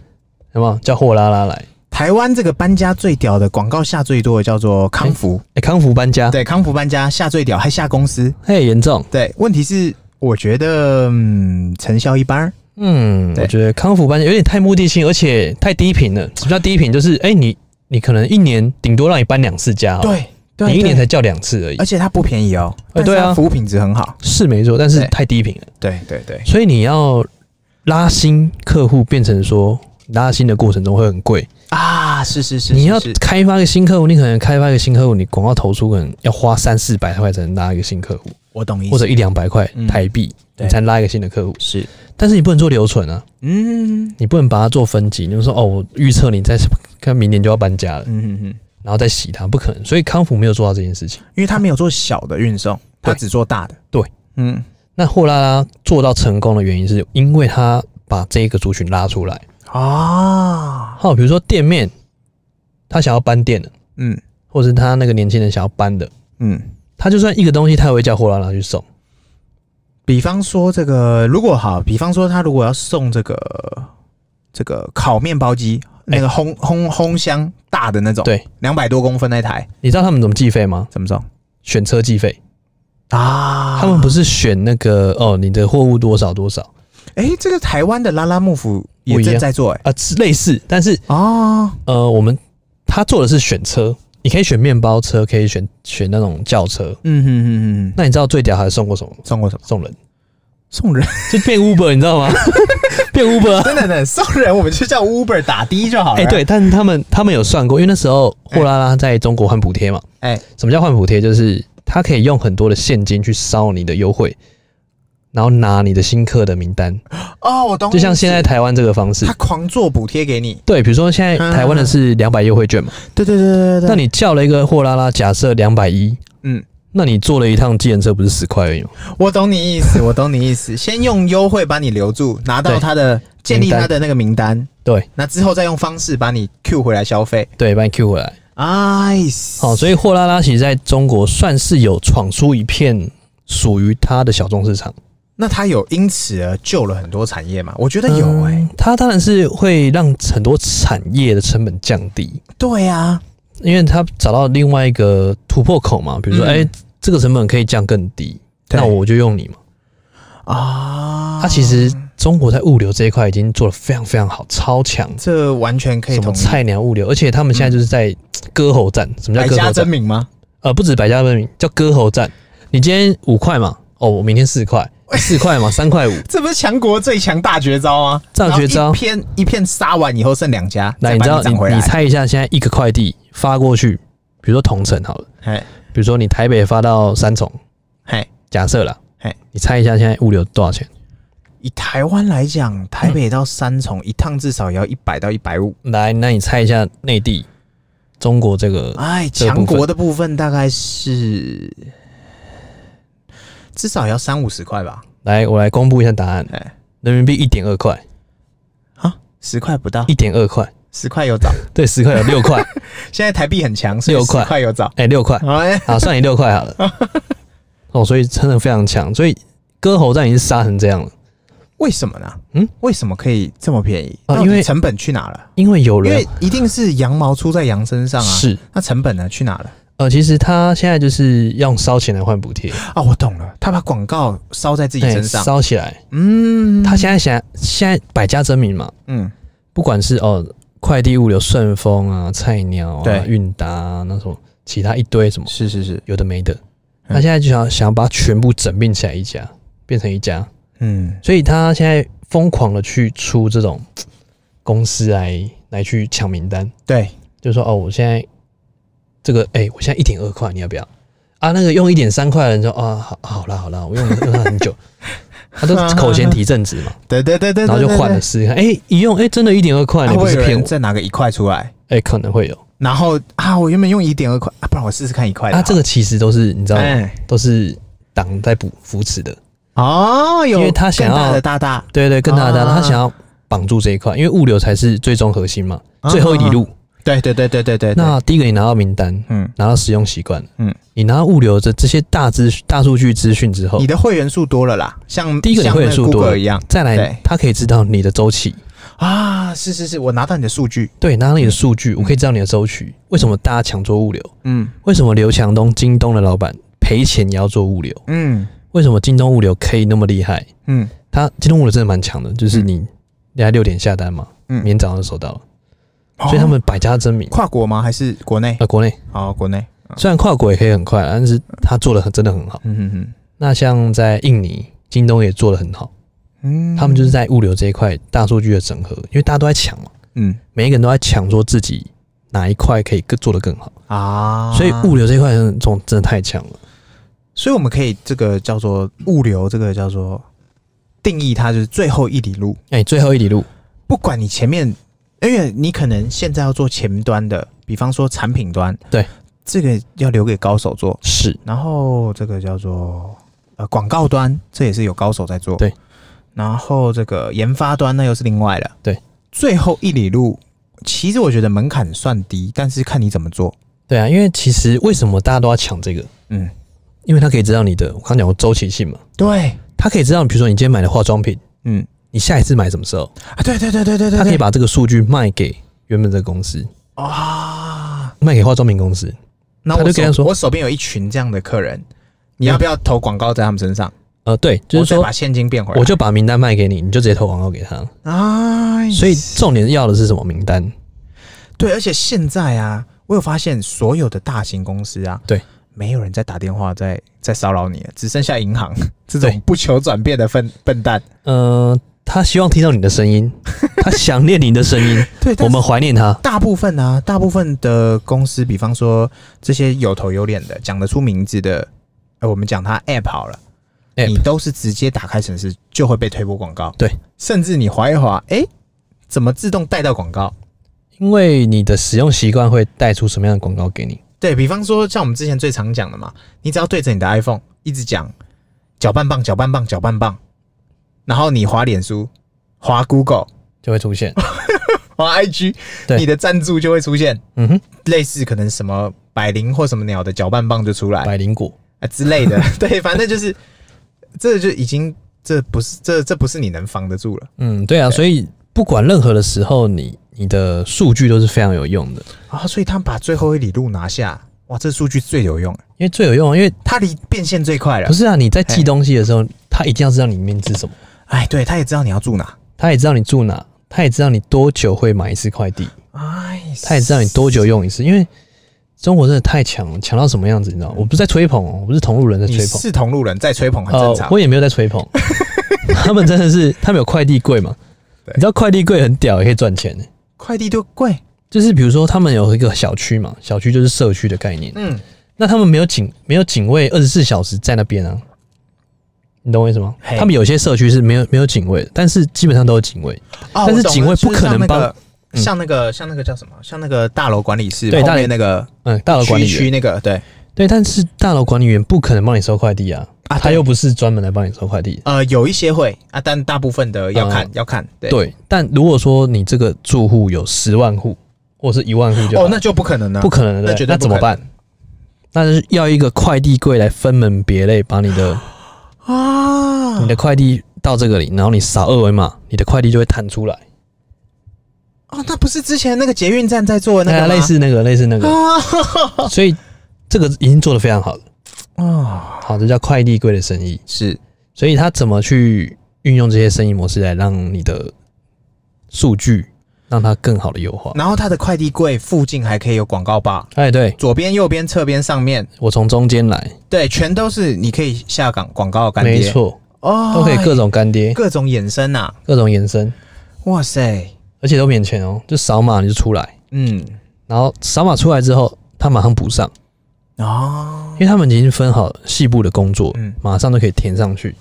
B: 有没有叫货拉拉来？
A: 台湾这个搬家最屌的广告下最多的叫做康福，
B: 哎、康福搬家，
A: 对，康福搬家下最屌，还下公司。
B: 哎，严重，
A: 对，问题是我觉得嗯成效一般，
B: 嗯，
A: 对
B: 我觉得康复班有点太目的性，而且太低频了。什么叫低频？就是哎、你你可能一年顶多让你搬两次家好了，
A: 对，对，
B: 哦你一年才叫两次而已
A: 而，且它不便宜哦，
B: 呃对啊
A: 但是它服务品质很好，
B: 是没错，但是
A: 对
B: 太低频了。
A: 对对对，
B: 所以你要拉新客户，变成说拉新的过程中会很贵。
A: 啊，是是是，
B: 你要
A: 是是
B: 开发一个新客户，你可能开发一个新客户，你广告投出可能要花三四百块才能拉一个新客户，
A: 我懂意思，
B: 或者一两百块
A: 嗯
B: 台币，
A: 对
B: 你才拉一个新的客户。
A: 是
B: 但是你不能做留存啊，
A: 嗯
B: 你不能把它做分级。你就说哦，我预测你在 看明年就要搬家了。
A: 嗯嗯嗯，
B: 然后再洗它，不可能。所以康福没有做到这件事情。
A: 因为它没有做小的运送，它
B: 对
A: 只做大的，
B: 对，
A: 嗯，
B: 那货拉拉做到成功的原因，是因为他把这个族群拉出来。
A: 啊，
B: 好，比如说店面，他想要搬店的，
A: 嗯
B: 或者是他那个年轻人想要搬的，
A: 嗯。
B: 他就算一个东西，他也会叫货拉拉去送。
A: 比方说这个，如果好，比方说他如果要送这个这个烤面包机，那个烘烘烘箱大的那种，
B: 对，
A: 两百多公分那台，
B: 你知道他们怎么计费吗？
A: 怎么送
B: 选车计费，
A: 啊
B: 他们不是选那个哦，你的货物多少多少
A: 哎、这个台湾的拉拉幕府也
B: 不一样
A: 正在做、哎，
B: 啊，是类似，但是
A: 哦，
B: 呃，我们他做的是选车，你可以选面包车，可以选选那种轿车。
A: 嗯哼哼哼哼，
B: 那你知道最屌还送过什么吗？
A: 送过什么？
B: 送人，
A: 送 人，
B: 就变 Uber，你知 道吗？变 Uber 啊。
A: 真的呢，送人，我们就叫 Uber 打的就好了。
B: 哎、，对，但是他们他们有算过，因为那时候货拉拉在中国换补贴嘛。
A: 哎、
B: 什么叫换补贴？就是他可以用很多的现金去烧你的优惠，然后拿你的新客的名单，
A: 哦，我懂，
B: 就像现在台湾这个方式
A: 他。狂做补贴给你，
B: 对，比如说现在台湾的是两百优惠券嘛，
A: 对对对对对
B: 那你叫了一个货拉拉，假设两百一，
A: 嗯，
B: 那你坐了一趟计程车不是十块而已吗？
A: 我懂你意思，我懂你意思。 先用优惠把你留住，拿到
B: 对
A: 他的建立
B: 名单
A: 他的那个名单，
B: 对
A: 那之后再用方式把你 Q 回来消费。
B: 对，把你 Q 回来。
A: 哎，死
B: 好，所以货拉拉其实在中国算是有闯出一片属于它的小众市场。
A: 那他有因此而救了很多产业嘛？我觉得有哎、
B: 嗯它当然是会让很多产业的成本降低，
A: 对啊，
B: 因为它找到另外一个突破口嘛，比如说，
A: 嗯
B: 哎、这个成本可以降更低，
A: 对
B: 那我就用你嘛。
A: 啊，
B: 它、其实中国在物流这一块已经做得非常非常好，超强，
A: 这完全可以
B: 什么
A: 同意。嗯
B: 菜鸟物流，而且他们现在就是在割喉战，什么
A: 百
B: 叫割
A: 家
B: 喉
A: 争
B: 战？
A: 鸣吗？
B: 呃，不止百家争鸣，叫割喉战。你今天五块嘛，哦，我明天四 块，四块嘛，三块五，
A: 这不是强国最强大绝招吗？
B: 大绝招
A: 然后一片一片杀完以后剩两家，
B: 那
A: 再
B: 你
A: 把
B: 知道
A: 涨回
B: 你
A: 来
B: 你猜一下，现在一个快递发过去，比如说同城好了，
A: 嘿，
B: 比如说你台北发到三重，
A: 嘿，
B: 假设啦
A: 嘿，
B: 你猜一下现在物流多少钱？
A: 以台湾来讲，台北到三重、一趟至少也要一百到一百五。
B: 来，那你猜一下内地中国这个
A: 哎，
B: 这个部
A: 强
B: 分
A: 国的部分大概是至少也要三五十块吧？
B: 来，我来公布一下答案
A: 哎。
B: 人民币一点二块，
A: 啊，十块不到
B: 一，点二块，
A: 十块有找。
B: 对，十块有六块，
A: 现在台币很强，所以
B: 六
A: 十
B: 块
A: 块有找。
B: 哎，六块，
A: 哎，
B: 好，算你六块好了。哦，所以真的非常强，所以割喉战已经杀成这样了，
A: 为什么呢？
B: 嗯
A: 嗯，为什么可以这么便宜？到
B: 啊
A: 底
B: 因为
A: 成本去哪了？
B: 因为有
A: 因
B: 人
A: 为一定是羊毛出在羊身上啊。，
B: 是
A: 那成本呢？去哪了？
B: 呃，其实他现在就是用烧钱来换补贴，
A: 啊，我懂了，他把广告烧在自己
B: 哎
A: 身上。
B: 烧起来。
A: 嗯，
B: 他现在想现在百家争鸣嘛，
A: 嗯，
B: 不管是哦快递物流顺丰啊、菜鸟啊、
A: 对
B: 韵达啊那种其他一堆什么
A: 是是是，
B: 有的没的，
A: 嗯
B: 他现在就想想把它全部整并起来一家，变成一家，
A: 嗯，
B: 所以他现在疯狂的去出这种公司来来去抢名单，
A: 对，
B: 就是说哦我现在这个哎、我现在一点二块你要不要？啊，那个用一点三块的人说啊，好，好啦，好啦，我用了用了很 久，他都是口嫌体正直嘛，
A: 对对对对，
B: 然后就
A: 对
B: 换了。试试看，哎、一用，哎、真的一点二块，
A: 对
B: 你
A: 对啊
B: 不
A: 会
B: 是
A: 有
B: 骗
A: 人
B: 我？
A: 再拿个一块出来，
B: 哎、可能会有。
A: 然后啊，我原本用一点二块，啊，不然我试试看一块的好
B: 啊，
A: 了。
B: 这个其实都是你知道吗？
A: 哎，
B: 都是党在补扶持的。
A: 哦，有，
B: 因为他想要
A: 的大大
B: 对对，更大的，
A: 啊
B: 他想要绑住这一块，因为物流才是最终核心嘛，最后一里。
A: 啊
B: 路。
A: 对对对对对对，对
B: 那第一个，你拿到名单，
A: 嗯，
B: 拿到使用习惯，
A: 嗯，
B: 你拿到物流的这些大资大数据资讯之后
A: 你，的会员数多了啦，像
B: 第一个你
A: 像
B: 会员
A: 那
B: 数多
A: Google
B: 了
A: 一样
B: 再来
A: 对，
B: 他可以知道你的周期，
A: 啊，是是是，我拿到你的数据，
B: 对，拿到你的数据，我可以知道你的周期。为什么大家抢做物流？
A: 嗯
B: 为什么刘强东、京东的老板赔钱也要做物流？
A: 嗯
B: 为什么京东物流可以那么厉害？
A: 嗯，
B: 他京东物流真的蛮强的，就是
A: 嗯
B: 你你在六点下单嘛，
A: 嗯
B: 明天早上就收到了，所以他
A: 哦
B: 们百家争鸣。
A: 跨国吗？还是国内？
B: 呃，国内
A: 哦，国内，
B: 虽然跨国也可以很快，但是他做的很真的很好。
A: 嗯嗯嗯
B: 那像在印尼，京东也做的很好，
A: 嗯，
B: 他们就是在物流这一块大数据的整合，因为大家都在抢嘛，
A: 嗯
B: 每一个人都在抢说自己哪一块可以更做得更好，
A: 啊，
B: 所以物流这一块真的真的太强了。
A: 所以我们可以这个叫做物流，这个叫做定义它就是最后一里路，
B: 哎、最后一里路，
A: 不管你前面，因为你可能现在要做前端的，比方说产品端，
B: 对，
A: 这个要留给高手做，
B: 是
A: 然后这个叫做呃广告端，这也是有高手在做，
B: 对，
A: 然后这个研发端那又是另外了，
B: 对，
A: 最后一里路。其实我觉得门槛算低，但是看你怎么做。
B: 对啊，因为其实为什么大家都要抢这个？
A: 嗯，
B: 因为他可以知道你的，我刚讲过周期性嘛，
A: 对，
B: 他可以知道，比如说你今天买的化妆品，
A: 嗯，
B: 你下一次买什么时候，
A: 啊，对对对对对对，
B: 他可以
A: 对
B: 把这个数据卖给原本的公司，
A: 啊，
B: 卖给化妆品公司。
A: 那
B: 他
A: 我
B: 就跟
A: 手
B: 他说
A: 我手边有一群这样的客人，你要不要投广告在他们身上？
B: 呃，对，就是
A: 我再
B: 说
A: 把，现金变回来。
B: 我就把名单卖给你，你就直接投广告给他。
A: 哎，
B: 所以重点要的是什么名单？
A: 对，而且现在啊，我有发现所有的大型公司啊，
B: 对，
A: 没有人在打电话在在骚扰你了，只剩下银行 这
B: 对
A: 种不求转变的笨笨蛋。
B: 呃，他希望听到你的 声音，他想念你的声音，
A: 对，
B: 我
A: 但是
B: 们怀念他。
A: 大部分啊，大部分的公司，比方说这些有头有脸的、讲得出名字的，呃，我们讲它 App 好了
B: App
A: 你都是直接打开程式就会被推播广告，
B: 对，
A: 甚至你滑一滑，哎、怎么自动带到广告？
B: 因为你的使用习惯会带出什么样的广告给你？
A: 对比方说，像我们之前最常讲的嘛，你只要对着你的 iPhone 一直讲搅拌棒、搅拌棒、搅拌棒，然后你滑脸书、滑 Google、
B: 就会 出现。
A: 滑 IG，
B: 对
A: 你的赞助就会出现
B: 嗯哼，
A: 类似可能什么百灵或什么鸟的搅拌棒就出来。
B: 百灵果。
A: 啊之类 的，对，反正就是这就已经这不是这这不是你能防得住了
B: 嗯，对啊，所以不管任何的时候，你你的数据都是非常有用的，
A: 啊！所以他们把最后一里路拿下，哇，这数据最有用，
B: 因为最有用，因为
A: 它离变现最快了
B: 不。是啊，你在寄东西的时候，他一定要知道你里面是什么，
A: 哎，对，他也知道你要住哪，
B: 他也知道你住哪，他也知道你多久会买一次快递，
A: 哎，
B: 他也知道你多久用一次，因为中国真的太强了，强到什么样子，你知道吗？我不是在吹捧哦，我不是同路人在
A: 嗯你
B: 吹捧，呃哦
A: 是同路人，在吹捧很正常。
B: 我也没有在 吹捧，他们真的是，他们有快递柜嘛，
A: 对
B: 你知道快递柜很屌，也可以赚钱、
A: 快递都贵，
B: 就是比如说他们有一个小区嘛，小区就是社区的概念，
A: 嗯，
B: 那他们没有警没有警卫二十四小时在那边啊，你懂我意思吗？
A: 嘿
B: 他们有些社区是没有没有警卫的，但是基本上都有警卫。
A: 哦
B: 但是
A: 我懂了
B: 警卫
A: 就是
B: 不可能
A: 像那
B: 帮
A: 个
B: 嗯
A: 像那个像那个叫什么？像那个大楼管理室
B: 对
A: 后
B: 大
A: 面那个
B: 嗯，大楼管
A: 区
B: 理
A: 区
B: 员
A: 那个对
B: 对，但是大楼管理员不可能帮你收快递啊，
A: 啊，
B: 他
A: 对
B: 又不是专门来帮你收快递。
A: 呃有一些会啊，但大部分的要看
B: 嗯
A: 要看对哦
B: 对，但如果说你这个住户有十万户或是一万户就好
A: 哦，那就不可能了
B: 不。可能的，
A: 那
B: 对
A: 绝对
B: 那怎么
A: 不可能
B: 办？那就是要一个快递柜来分门别类，把你的
A: 啊
B: 你的快递到这个里，然后你扫二维码，你的快递就会弹出来。
A: 哦，那不是之前那个捷运站在做的那
B: 哎
A: 个
B: 呀
A: 吗
B: 类似那个，类似那 个，
A: 啊
B: 所以这个已经做得非常好了。
A: 啊
B: 好，这叫快递柜的生意。
A: 是
B: 所以他怎么去运用这些生意模式来让你的数据让它更好的优化？
A: 然后它的快递柜附近还可以有广告吧，
B: 哎，对
A: 左边、右边、侧边、上面，
B: 我从中间来，
A: 对，全都是你可以下岗广告的干爹，
B: 没错，
A: 哦，哎
B: 都可以各种干爹，
A: 各种衍生啊呐、
B: 各种延伸，
A: 哇塞，
B: 而且都免钱哦，就扫码你就出来，
A: 嗯，
B: 然后扫码出来之后，他马上补上，
A: 哦
B: 因，为他们已经分好细部的工作
A: 嗯，
B: 马上都可以填上去，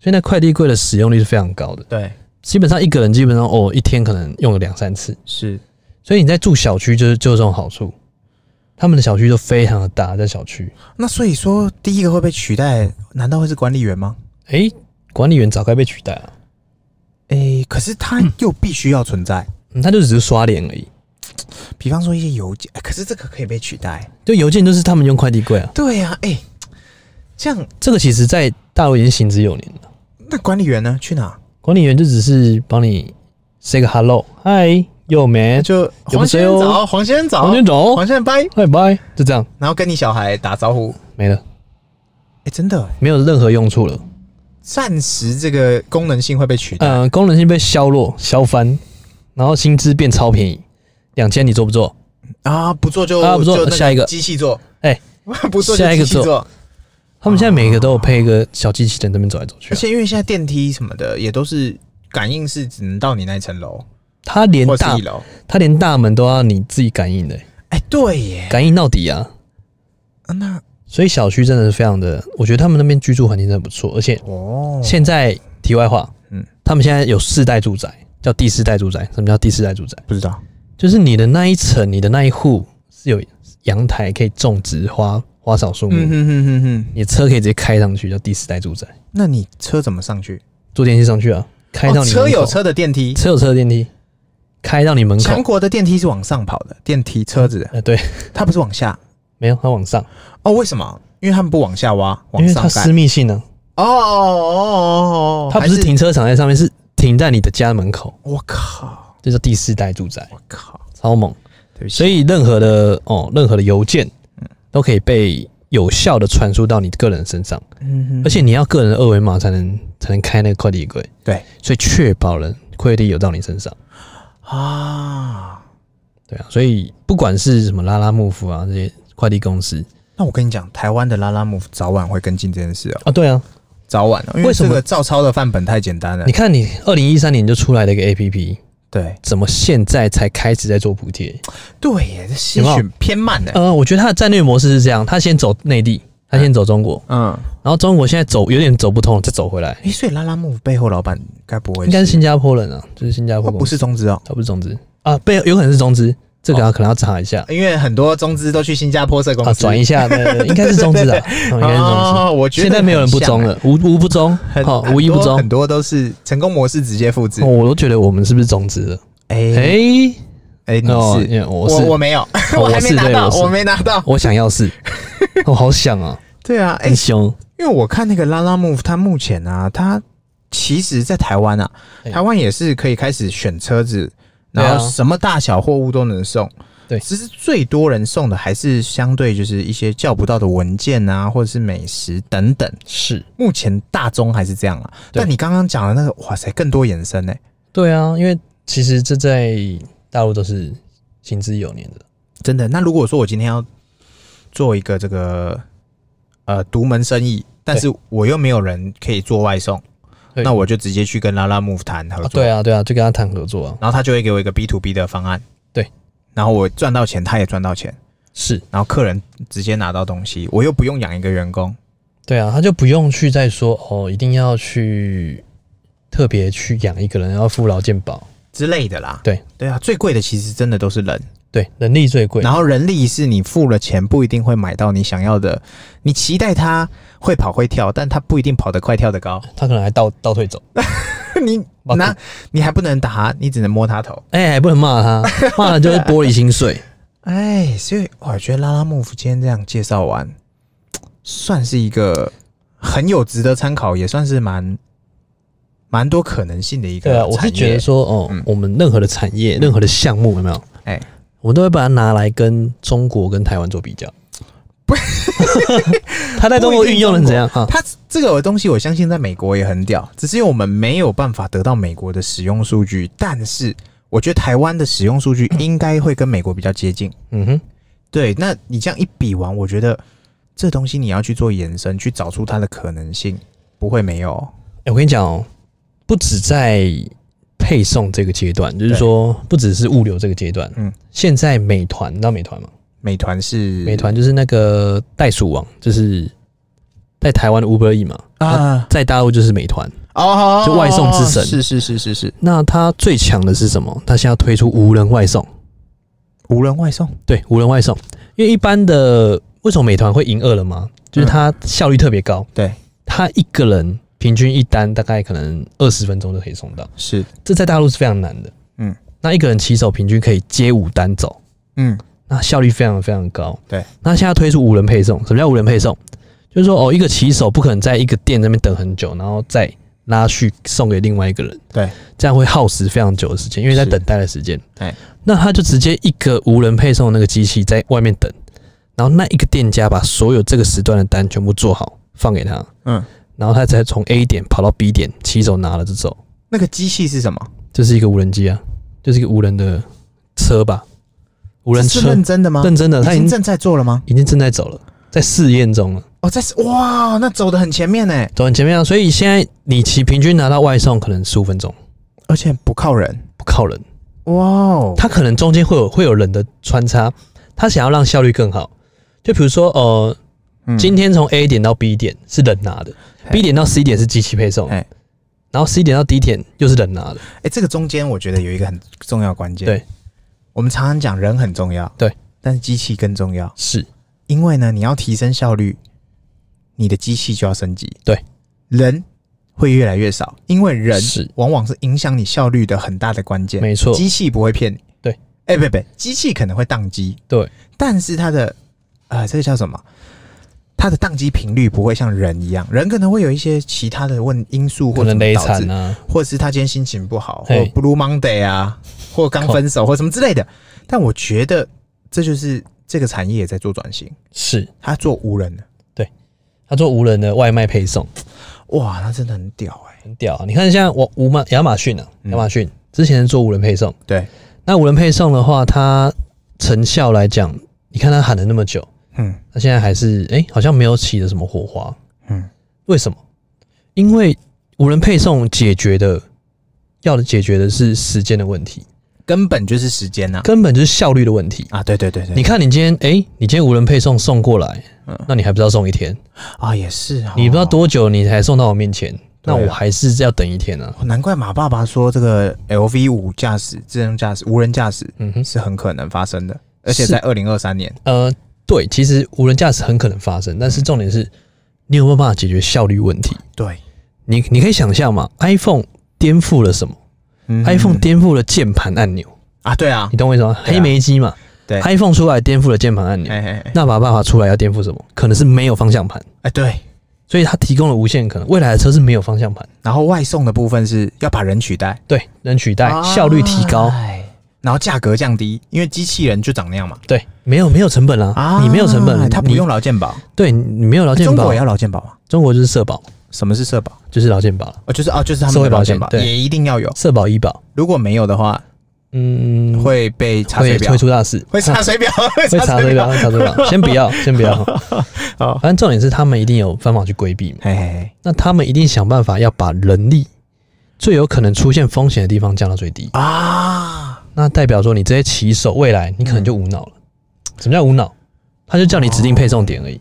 B: 所以那快递柜的使用率是非常高的，
A: 对，
B: 基本上一个人基本上哦一天可能用了两三次，
A: 是
B: 所以你在住小区就是就有这种好处，他们的小区都非常的大，在小区。
A: 那所以说，第一个会被取代，难道会是管理员吗？
B: 诶，管理员早该被取代啊了、
A: 诶、可是他又必须要存在，
B: 嗯他就只是刷脸而已。
A: 比方说一些邮件、哎可是这个可以被取代。
B: 就邮件就是他们用快递柜啊，
A: 对呀、诶、这样
B: 这个其实在大陆已经行之有年了。
A: 那管理员呢？去哪？
B: 管理员就只是帮你 say 个 hello，嗨，yo man，
A: 就
B: 有
A: 黄
B: 不谁
A: 先
B: 哦
A: 生早，黄先生早，
B: 往前走，
A: 黄先生拜，
B: 拜拜，就这样
A: 然后跟你小孩打招呼。
B: 没了，
A: 哎、真的，
B: 没有任何用处了。
A: 暂时这个功能性会被取代。
B: 嗯、功能性被削弱、削翻，然后薪资变超便宜，两千你做不做？
A: 啊，不做就
B: 啊不做
A: 就那
B: 下一个
A: 机器做，
B: 哎
A: 不做就
B: 下一个
A: 机器做
B: 做。他们现在每个都有配一个小机器人，那边走来走去
A: 而
B: 啊、
A: 且因为现在电梯什么的也都是感应式，只能到你那一层楼
B: 他连
A: 或
B: 大
A: 是一楼。
B: 他连大门都要你自己感应的、
A: 哎、对耶，
B: 感应到底啊！
A: 啊那
B: 所以小区真的是非常的，我觉得他们那边居住环境真的不错，而且
A: 哦，
B: 现在题外话，
A: 嗯
B: 嗯，他们现在有四代住宅，叫第四代住宅。什么叫第四代住宅？
A: 不知道
B: 就是你的那一层，你的那一户是有阳台可以种植花花草树木，
A: 嗯哼哼哼哼，
B: 你的车可以直接开上去，叫第四代住宅。
A: 那你车怎么上去？
B: 坐电梯上去啊，开到
A: 哦
B: 你、
A: 车有，车的电梯，
B: 车有车的电梯，开到你门
A: 强
B: 口。
A: 国的电梯是往上跑的，电梯车子
B: 呃，对，
A: 它不是往下
B: 没有，它往上，
A: 嗯哦？为什么？因为他们不往下挖，
B: 因
A: 往
B: 为
A: 上
B: 它
A: 盖
B: 私。密性呢、
A: 哦哦哦哦哦，
B: 啊，它不
A: 还
B: 是停车场在上面，是停在你的家门口，
A: 我靠，
B: 这叫第四代住宅，
A: 我靠，
B: 超猛。
A: 对不起，
B: 所以任何的哦，任何的邮件
A: 嗯
B: 都可以被有效的传输到你个人身上，
A: 嗯哼
B: 而且你要个人的二维码才能才能开那个快递柜，
A: 对
B: 所以确保了快递有到你身上。
A: 啊，
B: 对啊，所以不管是什么拉拉木夫啊这些快递公司
A: 那我跟你讲，台湾的拉拉姆早晚会跟进这件事哦，
B: 啊，对啊，
A: 早晚哦，因
B: 为什
A: 这
B: 么
A: 个照抄的范本太简单了
B: 你。看你二零一三年就出来的一个 A P P，
A: 对
B: 怎么现在才开始在做补贴？
A: 对耶，这些
B: 有没
A: 许
B: 有
A: 偏慢的。
B: 呃，我觉得它的战略模式是这样，它先走内地，它先走中国，
A: 嗯，
B: 然后中国现在走有点走不通了，再走回来，
A: 诶，所以拉拉木背后老板该不会
B: 应该是新加坡人啊，就是新加坡
A: 哦
B: 公司
A: 不是中资哦？
B: 他不是中资啊，被有可能是中资，这个、啊可能要查一下
A: 因为很多中资都去新加坡设公
B: 啊，
A: 司
B: 转一 下，对对对应该是中资的，啊应该是中
A: 哦，我
B: 资。
A: 觉得
B: 现在没有人不中
A: 了，
B: 了，无无不中，
A: 很
B: 好、
A: 很
B: 无一不
A: 多
B: 中
A: 很。多都是成功模式直接复制
B: 哦。我都觉得我们是不是中资的？
A: 哎
B: 哎、
A: 哎，你
B: 哦，
A: 是
B: 因为我
A: 我
B: 是
A: 我没有，我还没
B: 是
A: 拿
B: 对
A: 到，
B: 我是
A: 我没拿到。
B: 我想要 是，我好想啊，
A: 对啊，哎
B: 很，凶。
A: 因为我看那个拉拉 move，它目前啊，它其实在台湾啊，
B: 对
A: 台湾也是可以开始选车子，
B: 对啊
A: 然后什么大小货物都能送。
B: 对啊
A: 其实最多人送的还是相对就是一些叫不到的文件啊，或者是美食等等。
B: 是，
A: 目前大宗还是这样啊。
B: 对
A: 但你刚刚讲的那个，哇塞，更多延伸呢、
B: 对啊，因为其实这在大陆都是行之有年的。
A: 真的。那如果说我今天要做一个这个呃独门生意，但是我又没有人可以做外送，
B: 对
A: 那我就直接去跟拉拉 move 谈合作。
B: 啊对啊，对啊，就跟他谈合作啊。
A: 然后他就会给我一个 B to B 的方案。
B: 对，
A: 然后我赚到钱，他也赚到钱，
B: 是
A: 然后客人直接拿到东西，我又不用养一个员工。
B: 对啊，他就不用去再说哦，一定要去特别去养一个人，要付劳健保，
A: 之类的啦，
B: 对
A: 对啊，最贵的其实真的都是人，
B: 对，人力最贵
A: 然，后人力是你付了钱不一定会买到你想要的，你期待他会跑会跳，但他不一定跑得快跳得高，
B: 他可能还倒倒退 走，
A: 你
B: 哇
A: 那你还不能打他，你只能摸他头。
B: 哎、不能骂他， 骂了就是玻璃心碎。
A: 哎，所以哇我觉得拉拉木夫今天这样介绍完，算是一个很有值得参考，也算是蛮蛮多可能性的一个
B: 对啊，我
A: 产
B: 是
A: 业
B: 觉得说，哦，
A: 嗯
B: 我们任何的产业、任何的项目，有没有？
A: 哎
B: 我们都会把它拿来跟中国跟台湾做比较。不，它在中国运用的怎样啊？
A: 它这个东西，我相信在美国也很屌，只是因为我们没有办法得到美国的使用数据，但是我觉得台湾的使用数据应该会跟美国比较接近。
B: 嗯哼，
A: 对，那你这样一比完，我觉得这东西你要去做延伸，去找出它的可能性，不会没有哦。
B: 哎我跟你讲哦，不止在配送这个阶段，就是
A: 对
B: 说不只是物流这个阶段，嗯
A: 嗯，
B: 现在美团，你知道美团吗？
A: 美团是
B: 美团就是那个袋鼠王，就是在台湾的 Uber E 嘛，
A: 啊，
B: 在大陆就是美团。
A: 哦，
B: 就外送之神
A: 是是是是是，
B: 那它最强的是什么？它现在推出无人外送。
A: 无人外送，
B: 对，无人外送，因为一般的为什么美团会赢饿了吗？就是它效率特别高，
A: 对，
B: 它一个人平均一单大概可能二十分钟就可以送到，
A: 是，
B: 这在大陆是非常难的。
A: 嗯，
B: 那一个人骑手平均可以接五单走，
A: 嗯，
B: 那效率非常非常高。
A: 对，
B: 那现在推出无人配送，什么叫无人配送？就是说哦，一个骑手不可能在一个店那边等很久，然后再拉去送给另外一个人，
A: 对，
B: 这样会耗时非常久的时间，因为在
A: 是
B: 等待的时间。
A: 哎，
B: 那他就直接一个无人配送的那个机器在外面等，然后那一个店家把所有这个时段的单全部做好放给他，
A: 嗯，
B: 然后他才从 A 点跑到 B 点，骑手拿了就走。
A: 那个机器是什么？
B: 这是一个无人机啊，就是一个无人的车吧，无人
A: 是
B: 车
A: 认，真的吗？
B: 认真的，他
A: 已
B: 已
A: 经
B: 经
A: 正在做了吗？
B: 已经正在走了，在试验中了，
A: 哦，在哇，那走的很前面欸呢，
B: 走很前面啊。所以现在你骑平均拿到外送可能十五分钟，
A: 而且不靠人，
B: 不靠人，
A: 哇哦，
B: 他可能中间会有会有人的穿插，他想要让效率更好。就比如说呃，
A: 嗯
B: 今天从 A 点到 B 点是人拿的
A: 嘿
B: ，B 点到 C 点是机器配送
A: 嘿，
B: 然后 C 点到 D 点又是人拿的，
A: 哎、这个中间我觉得有一个很重要的关键。
B: 对，
A: 我们常常讲人很重要，
B: 对，
A: 但是机器更重要，
B: 是
A: 因为呢，你要提升效率，你的机器就要升级。
B: 对，
A: 人会越来越少，因为人
B: 是
A: 往往是影响你效率的很大的关键。
B: 没错，
A: 机器不会骗你。
B: 对，
A: 哎、不不，机器可能会宕机，
B: 对，
A: 但是它的呃，这个叫什么？它的宕机频率不会像人一样，人可能会有一些其他的问因素或
B: 可
A: 者
B: 能累
A: 导致
B: 惨啊，
A: 或者是他今天心情不好，或
B: 嘿
A: Blue Monday 啊，或刚分手或什么之类的。但我觉得这就是这个产业也在做转型，
B: 是
A: 他做无人的，
B: 他做无人的外卖配送，
A: 哇，他真的很屌哎、
B: 很屌啊！你看像我无马亚马逊啊，
A: 嗯
B: 亚马逊之前是做无人配送，
A: 对，
B: 那无人配送的话，它成效来讲，你看他喊了那么久，
A: 嗯
B: 他现在还是哎、好像没有起的什么火花，
A: 嗯，
B: 为什么？因为无人配送解决的要解决的是时间的问题，
A: 根本就是时间啊呐、
B: 根本就是效率的问题。
A: 啊！对对对对，
B: 你看，你今天哎、你今天无人配送送过来，
A: 嗯
B: 那你还不知道送一天，
A: 啊也是、哦，
B: 你不知道，多久你才送到我面前，那
A: 对啊
B: 我还是要等一天啊。
A: 难怪马爸爸说这个 LV 五驾驶、自动驾驶、无人驾驶
B: 嗯哼，
A: 是很可能发生的，而且在二零二三年，
B: 呃，对，其实无人驾驶很可能发生，但是重点是你有没有办法解决效率问题？
A: 对、
B: 你你可以想象嘛，iPhone 颠覆了什么、
A: 嗯
B: i p h o n e 颠覆了键盘按钮，
A: 啊，对啊
B: 你，懂我意思吗？
A: 对啊
B: 黑莓机嘛，
A: 对
B: i p h o n e 出来颠覆了键盘按钮。
A: 哎哎哎
B: 那把办法出来要颠覆什么？可能是没有方向盘，
A: 哎，对。
B: 所以它提供了无限可能。未来的车是没有方向盘，
A: 然后外送的部分是要把人取代，
B: 对，能取
A: 啊
B: 代，效率提高，
A: 哎然后价格降低，因为机器人就长那样嘛。
B: 对，没有没有成本啊，你没有成本，
A: 他不
B: 你
A: 用，劳健保，
B: 对你没有劳健
A: 中
B: 保
A: 国也，要劳健保吗？
B: 中国就是社保，
A: 什么是社保？
B: 就是劳健保了，
A: 哦，就是哦，就是他
B: 社
A: 们
B: 会
A: 的
B: 保
A: 劳健
B: 险
A: 保
B: 对
A: 也一定要有，
B: 社保医保，
A: 如果没有的话
B: 嗯，
A: 会被查水
B: 会
A: 表
B: 会，出大事，
A: 会查水表，会
B: 会查水表，。会查水表，先不 要，先不要。
A: 好
B: 反正重点是他们一定有方法去规避嘛，
A: 嘿嘿嘿
B: 那他们一定想办法要把人力最有可能出现风险的地方降到最低。
A: 啊，
B: 那代表说你这些骑手未来你可能就无
A: 嗯
B: 脑了。什么叫无脑？他就叫你指定配送点
A: 哦
B: 而已。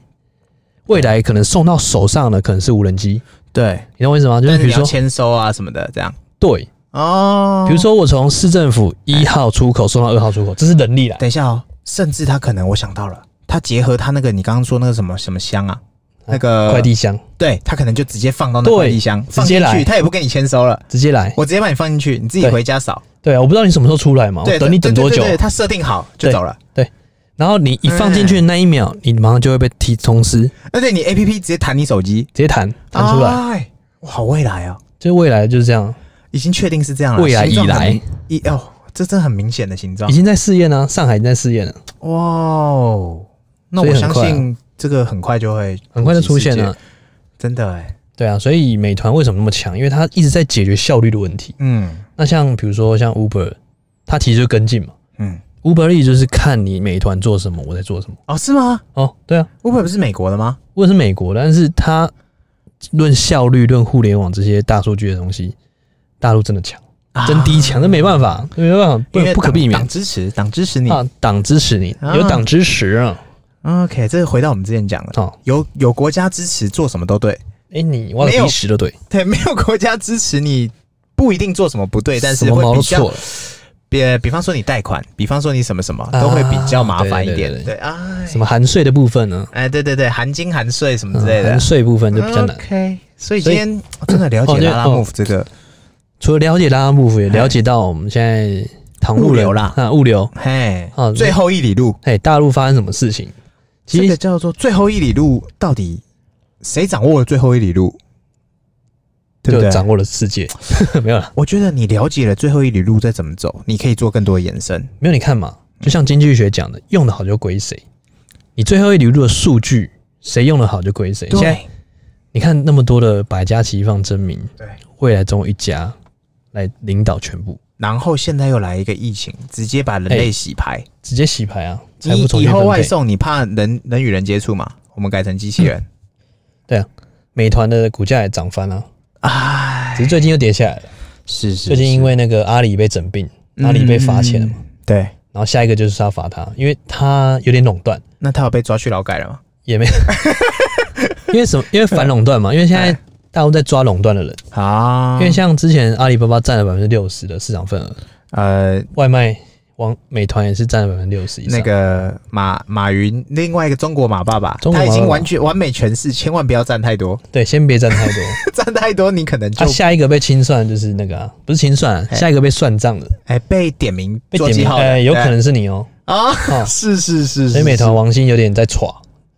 B: 未来可能送到手上的可能是无人机，
A: 对，
B: 你懂我意思吗？就
A: 但
B: 是
A: 是
B: 比
A: 你
B: 如
A: 要
B: 说，
A: 签收啊什么的，这样
B: 对，
A: 哦。
B: 比如，说我从市政府一号出口送到二号出口，这是人力来，
A: 等一下哦，甚至他可能我想到了，他结合他那个你刚刚说那个什么什么箱啊，那个
B: 快，递箱
A: 对他可能就直接放到那
B: 对
A: 快递箱，
B: 直接
A: 放进去
B: 来
A: 他也不跟你签收了，
B: 直接来。
A: 我直接把你放进去，你自己
B: 对
A: 回家扫。
B: 对啊，我不知道你什么时候出来嘛，
A: 对，
B: 我等你等多
A: 对
B: 久
A: 对对，对他设定好就
B: 对
A: 走了。
B: 然后你一放进去的那一秒，你马上就会被提通知，直
A: 而且你 A P P 直接弹你手机
B: 接弹弹出来。
A: 哎，哇，好未来哦，
B: 就未来就是这样，
A: 已经确定是这样了。
B: 未来
A: 形状
B: 已来
A: 很明，一哦，这真的很明显的形状
B: 已。经在试验呢，上海已经在试验了，
A: 哇哦，那我
B: 所以很
A: 相
B: 快啊
A: 信这个很快就会
B: 很快就出现
A: 普及世
B: 了
A: 界，。真的哎，
B: 对啊，所以美团为什么那么强？因为它一直在解决效率的问题。
A: 嗯
B: 那像比如说像 Uber，它其实就跟进嘛。
A: 嗯，
B: Uber E 就是看你美团做什么，我在做什么。
A: 哦是吗
B: 哦，对啊，
A: ？Uber 不是美国的吗？
B: 我是美国，但是它论效率、论互联网这些大数据的东西，大陆真的强，
A: 啊
B: 真低强，那没办法，没办法，
A: 因为
B: 不不可
A: 党
B: 避免
A: 党支持，党支持你。
B: 啊！党支持你，
A: 啊
B: 有党支持啊！
A: OK，这个回到我们之前讲的，
B: 哦，
A: 有有国家支持做什么都对，
B: 哎，你挖了
A: 没有
B: 鼻屎都对，
A: 对，没有国家支持你不一定做什么不对，但
B: 什
A: 是
B: 么
A: 会
B: 毛
A: 比
B: 都
A: 较
B: 错了。
A: 比比方说你贷款，比方说你什么什么，
B: 啊
A: 都会比较麻烦一点。
B: 对对
A: 对哎，
B: 什么含税的部分呢？
A: 哎，对对对，含金含税什么之类
B: 嗯
A: 的嗯
B: 含，税部分就比较难。
A: OK，所以今
B: 所以
A: 天我真的了
B: 哦
A: 解
B: 对
A: 拉拉
B: 哦
A: move 这个，
B: 除了了解拉拉幕府，也
A: 哎
B: 了解到我们现在唐
A: 物
B: 物
A: 流
B: 人
A: 啦
B: 啊，物流，
A: 嘿
B: 哦，
A: 最后一里路，
B: 哎，大陆发生什么事情？
A: 这
B: 其
A: 个
B: 实
A: 叫做最后一里路，到底谁掌握了最后一里路？对不
B: 就
A: 对？
B: 掌握了世界， 没有了，
A: 我觉得你了解了最后一里路再怎么走，你可以做更多的延伸。
B: 没有。你看嘛，就像经济学讲的，用的好就归谁。你最后一流入的数据，谁用的好就归谁。现在
A: 对
B: 你看那么多的百家齐放证明，
A: 对，
B: 未来总有一家来领导全部，
A: 然后现在又来一个疫情，直接把人类洗牌。
B: 直接洗牌啊，财
A: 你
B: 富重
A: 以
B: 新
A: 后
B: 分
A: 外
B: 配。
A: 送，你怕人人与人接触嘛？我们改成机器人。
B: 啊美团的股价也涨翻了、
A: 哎、
B: 只是最近又跌下来了。
A: 是是
B: 嗯最近因为那个阿里被整病，
A: 是
B: 阿里被罚钱了嘛
A: 嗯对，
B: 然后下一个就是要罚他，因为他有点垄 断，
A: 那他有被抓去劳改了吗？
B: 也没，因为什么？因为反垄断嘛，因为现
A: 哎
B: 在大陆在抓垄断的人，
A: 啊，
B: 因为像之前阿里巴巴占了百分之六十的市场份额，
A: 呃，
B: 外卖网美团也是占了百分之六十以上。
A: 那个马马云，另外一个中国马爸爸，
B: 中国
A: 他
B: 马
A: 已
B: 爸爸
A: 经完全完美诠释，千万不要占太多，
B: 对，先别占太多。
A: 占太多你可能就
B: 啊，下一个被清算的就是那个、啊，不是清算、
A: 哎
B: 下一个被算账的，
A: 哎、被点名
B: 被
A: 做
B: 点
A: 记
B: 名，
A: 号了，
B: 呃，有可
A: 对
B: 能是你哦、
A: 啊，
B: 哦
A: 是是是，
B: 所以美团
A: 是，
B: 王兴有点在歘，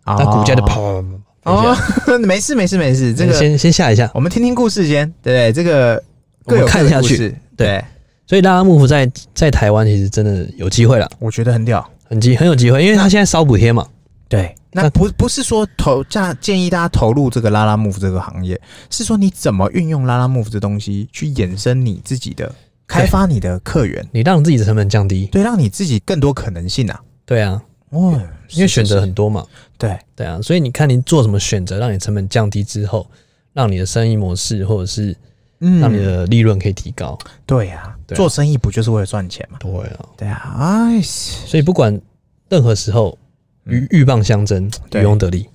A: 那
B: 那股价就啪啪啪啪啪
A: 哦
B: 啪，
A: 没事没事没事，这
B: 这个
A: 个
B: 先先下一下。
A: 我们听听故事先，对不对？这个
B: 我
A: 各
B: 们
A: 有
B: 看
A: 各的
B: 下
A: 故
B: 去
A: 事，
B: 对
A: 对，
B: 所以拉拉幕府在在台湾其实真的有机会了，
A: 我觉得很屌。
B: 很机很有机会，因为他现在烧补贴嘛，
A: 对，那
B: 那
A: 不不是说投价建议大家投入这个拉拉 move 这个行业，是说你怎么运用拉拉 move 这东西去衍生你自己的开发你的客源，
B: 你让自己的成本降低，
A: 对，让你自己更多可能性啊。
B: 对啊，
A: 哦，
B: 因为选择
A: 是
B: 很多嘛，
A: 是对，
B: 对啊，所以你看你做什么选择，让你成本降低之后，让你的生意模式或者是让你
A: 嗯，
B: 的利润可以提高，
A: 对呀、
B: 对啊
A: 做生意不就是为了赚钱嘛？
B: 对啊，
A: 对啊，哎，是
B: 所以不管任何时候，鹬鹬蚌相争，
A: 嗯对
B: 渔翁得利。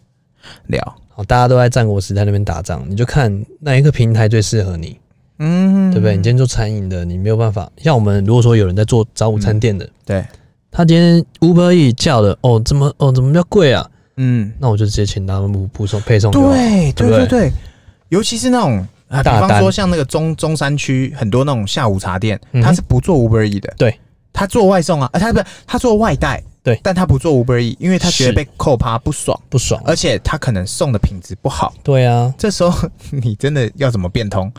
A: 聊，
B: 好，大家都在战国时代那边打仗，你就看哪一个平台最适合你，
A: 嗯，
B: 对不对？你今天做餐饮的，你没有办法。像我们如果说有人在做早午餐店的，
A: 对，
B: 他今天 Uber E 叫的，哦，怎么哦怎么比较贵啊？
A: 嗯，
B: 那我就直接请他们补补送配送就好。
A: 对，
B: 对
A: 对
B: 不
A: 对
B: 对
A: 对，尤其是那种。啊，比
B: 大
A: 方
B: 单
A: 说像那个中中山区很多那种下午茶店，
B: 嗯哼
A: 他是不做 Uber E 的，
B: 对，
A: 他做外送啊，呃，他不是他做外带，
B: 对
A: 但他不做 Uber E，因为他觉得
B: 是
A: 被扣趴不爽，
B: 不爽。哎
A: 而且他可能送的品质不好，
B: 对啊，
A: 这时候你真的要怎么变通？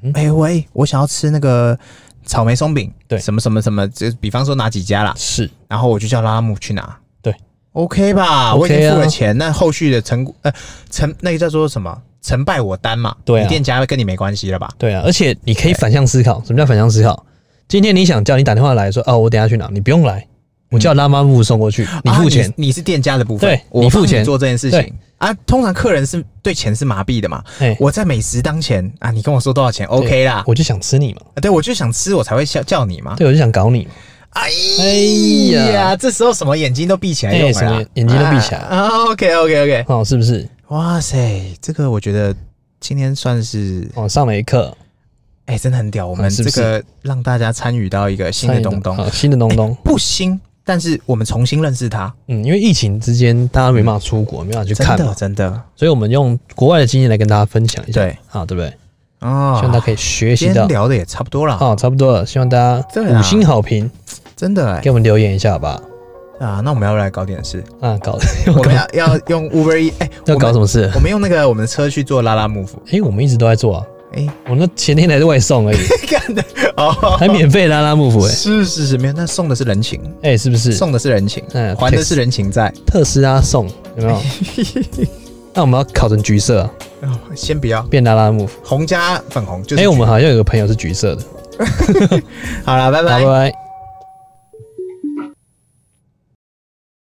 B: 嗯
A: 哎、喂，我想要吃那个草莓松饼，
B: 对
A: 什么什么什么，就比方说哪几家啦，
B: 是
A: 然后我就叫拉拉木去拿，
B: 对
A: ，OK 吧我已
B: OK 啊
A: 经付了钱，那后续的成呃成那个叫做什么成败我单嘛，
B: 对啊
A: 你店家跟你没关系了吧？
B: 对啊，而且你可以反向思考，什么叫反向思考？今天你想叫你打电话来说，哦，我等一下去拿，你不用来，我叫拉妈木送过去，你付钱
A: 啊，你，你是店家的部分，
B: 对
A: 我
B: 你付
A: 帮
B: 钱
A: 做这件事情
B: 对
A: 啊。通常客人是对钱是麻痹的嘛，
B: 哎、
A: 我在美食当前啊，你跟我说多少钱，OK 啦，
B: 我就想吃你嘛，
A: 啊对我就想吃，我才会叫叫你嘛。
B: 对，我就想搞你嘛，
A: 哎
B: 哎
A: 呀，
B: 呀
A: 这时候什么眼睛都闭起来用
B: 哎
A: 了
B: 什么
A: 啦
B: 眼，眼睛都闭起来
A: 啊。OK OK OK，
B: 哦，是不是？
A: 哇塞，这个我觉得今天算是
B: 哦，上了一课，
A: 哎、真的很屌，我们
B: 啊是
A: 这
B: 不是
A: 个让大家参与到一个新的东东，
B: 好，哦新的东 东。
A: 不新，但是我们重新认识它，
B: 嗯，因为疫情之间大家没办法出国，没办法去
A: 真
B: 看
A: 的
B: 嘛，
A: 真的
B: 所以我们用国外的经验来跟大家分享一下，
A: 对
B: 啊，对不对？
A: 啊
B: 希望大家可以
A: 今
B: 学习
A: 天
B: 到。
A: 聊的也差不多了，
B: 好，差不多了，希望大家
A: 对啊
B: 五星好评，
A: 真的哎、
B: 给我们留言一下好吧。
A: 啊，那我们要不要来搞点 事，
B: 啊，搞
A: 我们要要用 Uber E，哎、
B: 要搞什
A: 么？
B: 么事？
A: 我们用那个我们的车去做拉拉幕府，
B: 诶，我们一直都在做啊，
A: 哎、
B: 我那前天才是外送而 已，
A: 干的哦，
B: 还免费啊拉拉幕 府诶，
A: 是是是，没有，那送的是人情，
B: 诶，哎是不是？
A: 送的是人情，
B: 嗯
A: 还的
B: 特
A: 是人情债。
B: 特斯拉送，有没有？ 那我们要考成橘色啊，
A: 哦先不要，
B: 变拉拉幕府。
A: 红加粉红就是。
B: 诶，我们好像有个朋友是橘色的，
A: 好了，拜拜
B: 哎好，拜。拜。